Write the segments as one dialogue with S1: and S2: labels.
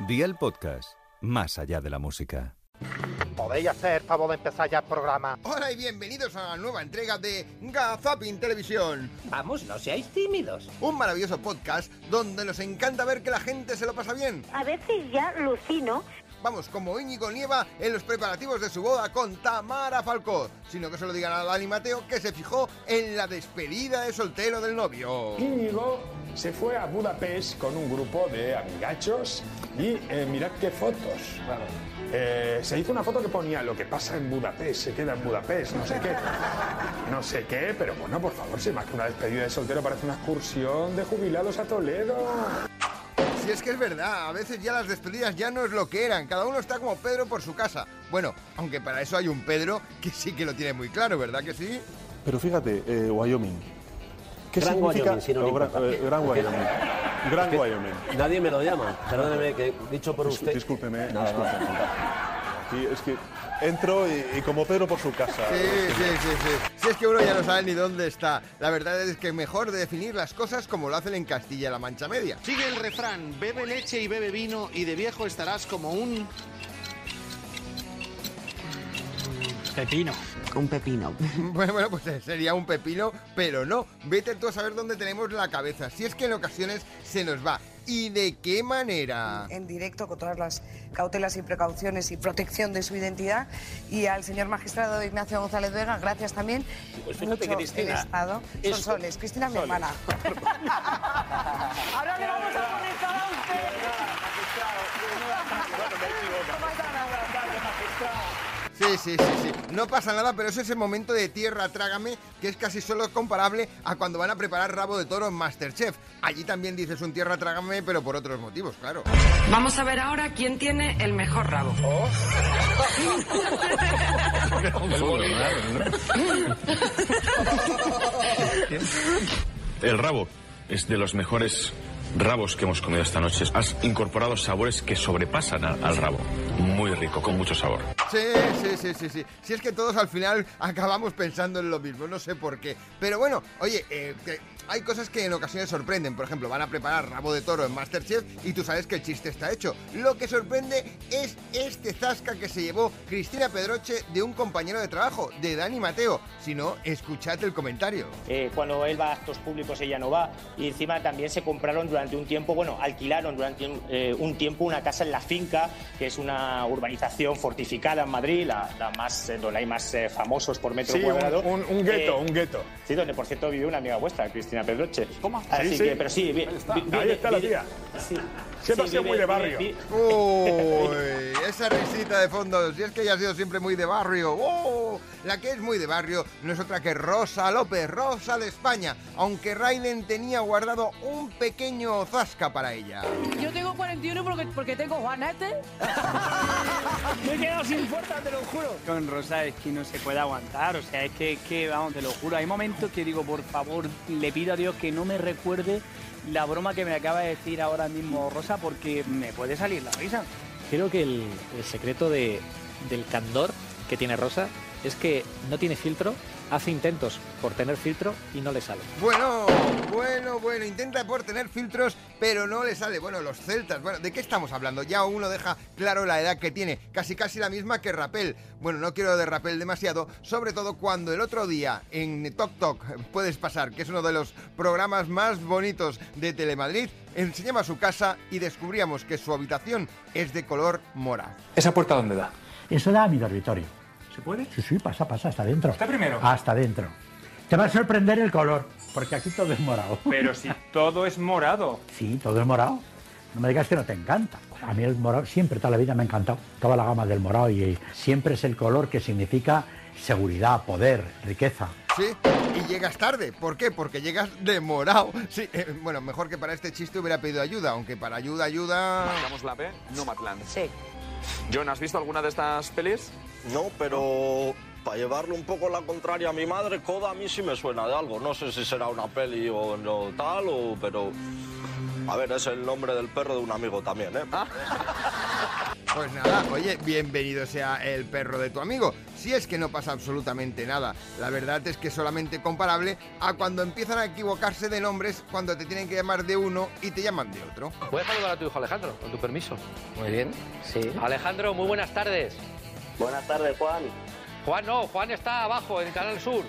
S1: Día el podcast, más allá de la música.
S2: ¿Podéis hacer favor de empezar ya el programa?
S3: Hola y bienvenidos a la nueva entrega de Gazapin Televisión,
S4: Vamos, no seáis tímidos.
S3: un maravilloso podcast donde nos encanta ver que la gente se lo pasa bien.
S5: A veces ya lucino.
S3: Vamos, como Íñigo Nieva en los preparativos de su boda con Tamara Falcó, sino que se lo digan a Dani Mateo que se fijó en la despedida de soltero del novio.
S6: Íñigo se fue a Budapest con un grupo de amigachos y eh, mirad qué fotos. Eh, se hizo una foto que ponía lo que pasa en Budapest, se queda en Budapest, no sé qué. No sé qué, pero bueno, por favor, si más que una despedida de soltero parece una excursión de jubilados a Toledo.
S3: Si es que es verdad, a veces ya las despedidas ya no es lo que eran, cada uno está como Pedro por su casa. Bueno, aunque para eso hay un Pedro que sí que lo tiene muy claro, ¿verdad que sí?
S7: Pero fíjate, eh, Wyoming. ¿Qué
S4: Gran
S7: significa?
S4: Wyoming, si no le
S7: o gran,
S4: importa.
S7: eh, gran Wyoming. Gran Wyoming.
S4: Nadie me lo llama. Perdóneme que dicho por
S7: Dis-
S4: usted.
S7: Discúlpeme.
S4: Nada, nada.
S7: discúlpeme. Aquí es que entro y, y como Pedro por su casa.
S3: Sí, sí, sí, sí. Si es que uno ya no sabe ni dónde está. La verdad es que mejor de definir las cosas como lo hacen en Castilla-La Mancha Media.
S8: Sigue el refrán, bebe leche y bebe vino y de viejo estarás como un... Pepino.
S4: Un pepino.
S3: Bueno, bueno, pues eh, sería un pepino, pero no. Vete tú a saber dónde tenemos la cabeza. Si es que en ocasiones se nos va. ¿Y de qué manera?
S9: en directo con todas las cautelas y precauciones y protección de su identidad. Y al señor magistrado Ignacio González Vega, gracias también.
S4: Pues fíjate que
S9: Mucho
S4: Cristina
S9: El Estado. Son
S4: es-
S9: soles. Cristina, mi hermana. Ahora le vamos a poner
S3: Sí, sí, sí, sí. No pasa nada, pero es ese momento de tierra trágame que es casi solo comparable a cuando van a preparar rabo de toro en Masterchef. Allí también dices un tierra trágame, pero por otros motivos, claro.
S10: Vamos a ver ahora quién tiene el mejor rabo.
S11: El rabo es de los mejores rabos que hemos comido esta noche. Has incorporado sabores que sobrepasan a- al rabo. Muy rico, con mucho sabor.
S3: Sí, sí, sí, sí, sí. Si es que todos al final acabamos pensando en lo mismo, no sé por qué. Pero bueno, oye, eh, que hay cosas que en ocasiones sorprenden. Por ejemplo, van a preparar rabo de toro en Masterchef y tú sabes que el chiste está hecho. Lo que sorprende es este zasca que se llevó Cristina Pedroche de un compañero de trabajo, de Dani Mateo. Si no, escuchad el comentario.
S8: Eh, cuando él va a actos públicos ella no va. Y encima también se compraron durante un tiempo, bueno, alquilaron durante un, eh, un tiempo una casa en La Finca, que es una urbanización fortificada en Madrid, la, la más, eh, donde hay más eh, famosos por metro
S6: Sí, un,
S8: cuadrado.
S6: un- un
S8: Eh,
S6: gueto, un gueto.
S8: Sí, donde por cierto vive una amiga vuestra, Cristina Pedroche. ¿Cómo? Así
S6: Sí, sí.
S8: que, pero sí, vi-
S6: Ahí está.
S8: vi-
S6: Ahí
S8: vi-
S6: está la
S8: vi-
S6: tía.
S8: Sí.
S6: Siempre ha sido muy de barrio.
S8: vi-
S3: Uy, esa risita de fondo, si es que ella ha sido siempre muy de barrio. ¡Oh! La que es muy de barrio no es otra que Rosa López, Rosa de España, aunque Raiden tenía guardado un pequeño zasca para ella.
S10: Yo tengo 41 porque, porque tengo ¿este? Juanete.
S8: Me he quedado sin fuerza, te lo juro.
S4: Con Rosa es que no se puede aguantar. O sea, es que, es que, vamos, te lo juro. Hay momentos que digo, por favor, le pido a Dios que no me recuerde la broma que me acaba de decir ahora mismo Rosa porque me puede salir la risa.
S8: Creo que el, el secreto de- del candor que tiene Rosa es que no tiene filtro, hace intentos por tener filtro y no le sale.
S3: Bueno, bueno, bueno, intenta por tener filtros, pero no le sale. Bueno, los celtas, bueno, ¿de qué estamos hablando? Ya uno deja claro la edad que tiene, casi casi la misma que Rapel. Bueno, no quiero de Rapel demasiado, sobre todo cuando el otro día en Tok Tok puedes pasar, que es uno de los programas más bonitos de Telemadrid, enseñaba su casa y descubríamos que su habitación es de color mora.
S6: ¿Esa puerta dónde da?
S2: Eso da a mi dormitorio.
S6: ¿Se puede?
S2: Sí, sí, pasa, pasa, hasta adentro.
S6: ¿Está primero?
S2: Hasta adentro. Te va a sorprender el color, porque aquí todo es morado.
S6: Pero si todo es morado.
S2: Sí, todo es morado. No me digas que no te encanta. A mí el morado siempre, toda la vida me ha encantado. Toda la gama del morado y eh, siempre es el color que significa seguridad, poder, riqueza.
S3: Sí, y llegas tarde. ¿Por qué? Porque llegas demorado. Sí, eh, bueno, mejor que para este chiste hubiera pedido ayuda, aunque para ayuda, ayuda...
S11: la B, no Matland.
S9: Sí.
S11: John, ¿has visto alguna de estas pelis?
S7: No, pero para llevarle un poco la contraria a mi madre, Coda a mí sí me suena de algo. Pues No sé si será una peli o no tal, o, pero... A ver, es el nombre del perro de un amigo también, ¿eh?
S3: Pues nada, oye, bienvenido sea el perro de tu amigo. Si es que no pasa absolutamente nada. La verdad es que es solamente comparable a cuando empiezan a equivocarse de nombres cuando te tienen que llamar de uno y te llaman de otro.
S12: ¿Puedes saludar a tu hijo Alejandro, con tu permiso?
S3: Muy bien.
S12: Sí. Alejandro, muy buenas tardes.
S13: Buenas tardes, Juan.
S12: Juan no, Juan está abajo en Canal Sur.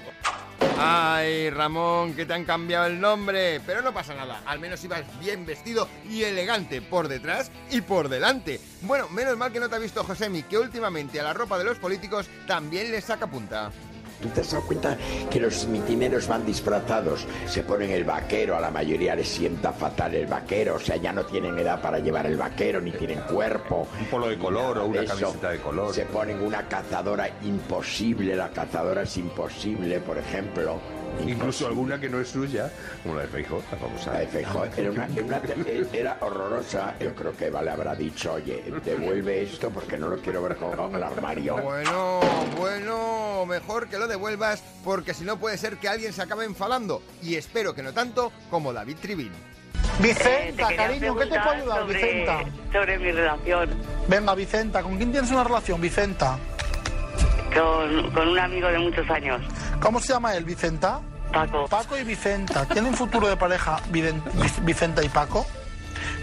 S3: Ay, Ramón, que te han cambiado el nombre. Pero no pasa nada, al menos ibas bien vestido y elegante por detrás y por delante. Bueno, menos mal que no te ha visto Josemi, que últimamente a la ropa de los políticos también le saca punta.
S14: ¿Tú te has dado cuenta que los mitineros van disfrazados? Se ponen el vaquero, a la mayoría les sienta fatal el vaquero, o sea, ya no tienen edad para llevar el vaquero, ni tienen cuerpo.
S15: Un polo de color o una
S14: Eso.
S15: camiseta de color.
S14: Se ponen una cazadora imposible, la cazadora es imposible, por ejemplo.
S15: Incluso alguna que no es suya, como la de Feijó, vamos a ver.
S14: Feijó era, una- era una- eh, era horrorosa. Yo creo que Eva le habrá dicho, oye, devuelve esto porque no lo quiero ver colgado en el armario.
S3: Bueno, bueno, mejor que lo devuelvas porque si no puede ser que alguien se acabe enfadando. Y espero que no tanto como David Tribín.
S16: Vicenta,
S3: quería
S16: cariño, ¿qué te puedo
S3: preguntar
S16: ayudar,
S3: sobre-
S16: Vicenta?
S13: Sobre mi relación
S16: Venga, Vicenta, ¿con quién tienes una relación, Vicenta?
S13: con, con un amigo de muchos años.
S16: ¿Cómo se llama él, Vicenta?
S13: Paco.
S16: Paco y Vicenta. ¿Tienen futuro de pareja Viden- Vic- Vicenta y Paco?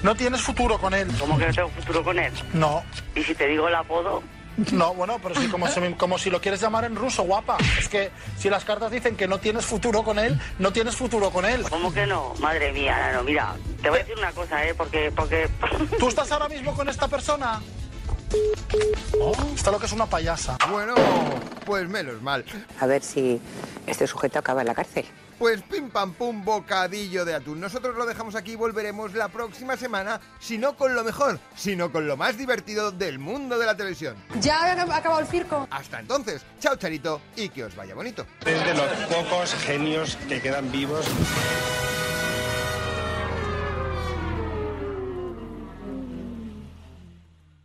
S16: ¿No tienes futuro con él?
S13: ¿Cómo que no tengo futuro con él?
S16: No.
S13: Y si te digo el apodo,
S16: No, bueno, pero sí, como, si- como si lo quieres llamar en ruso, guapa. Es que si las cartas dicen que no tienes futuro con él, no tienes futuro con él.
S13: ¿cómo que no? Madre mía, Nano, mira, te voy a decir una cosa, ¿eh? Porque, porque...
S16: ¿Tú estás ahora mismo con esta persona? Oh, Está lo que es una payasa.
S3: Bueno, pues menos mal.
S17: A ver si este sujeto acaba en la cárcel.
S3: Pues pim pam pum, bocadillo de atún. Nosotros lo dejamos aquí y volveremos la próxima semana, si no con lo mejor, sino con lo más divertido del mundo de la televisión.
S18: Ya ha acabado el circo.
S3: Hasta entonces, chao charito y que os vaya bonito.
S6: Es de los pocos genios que quedan vivos.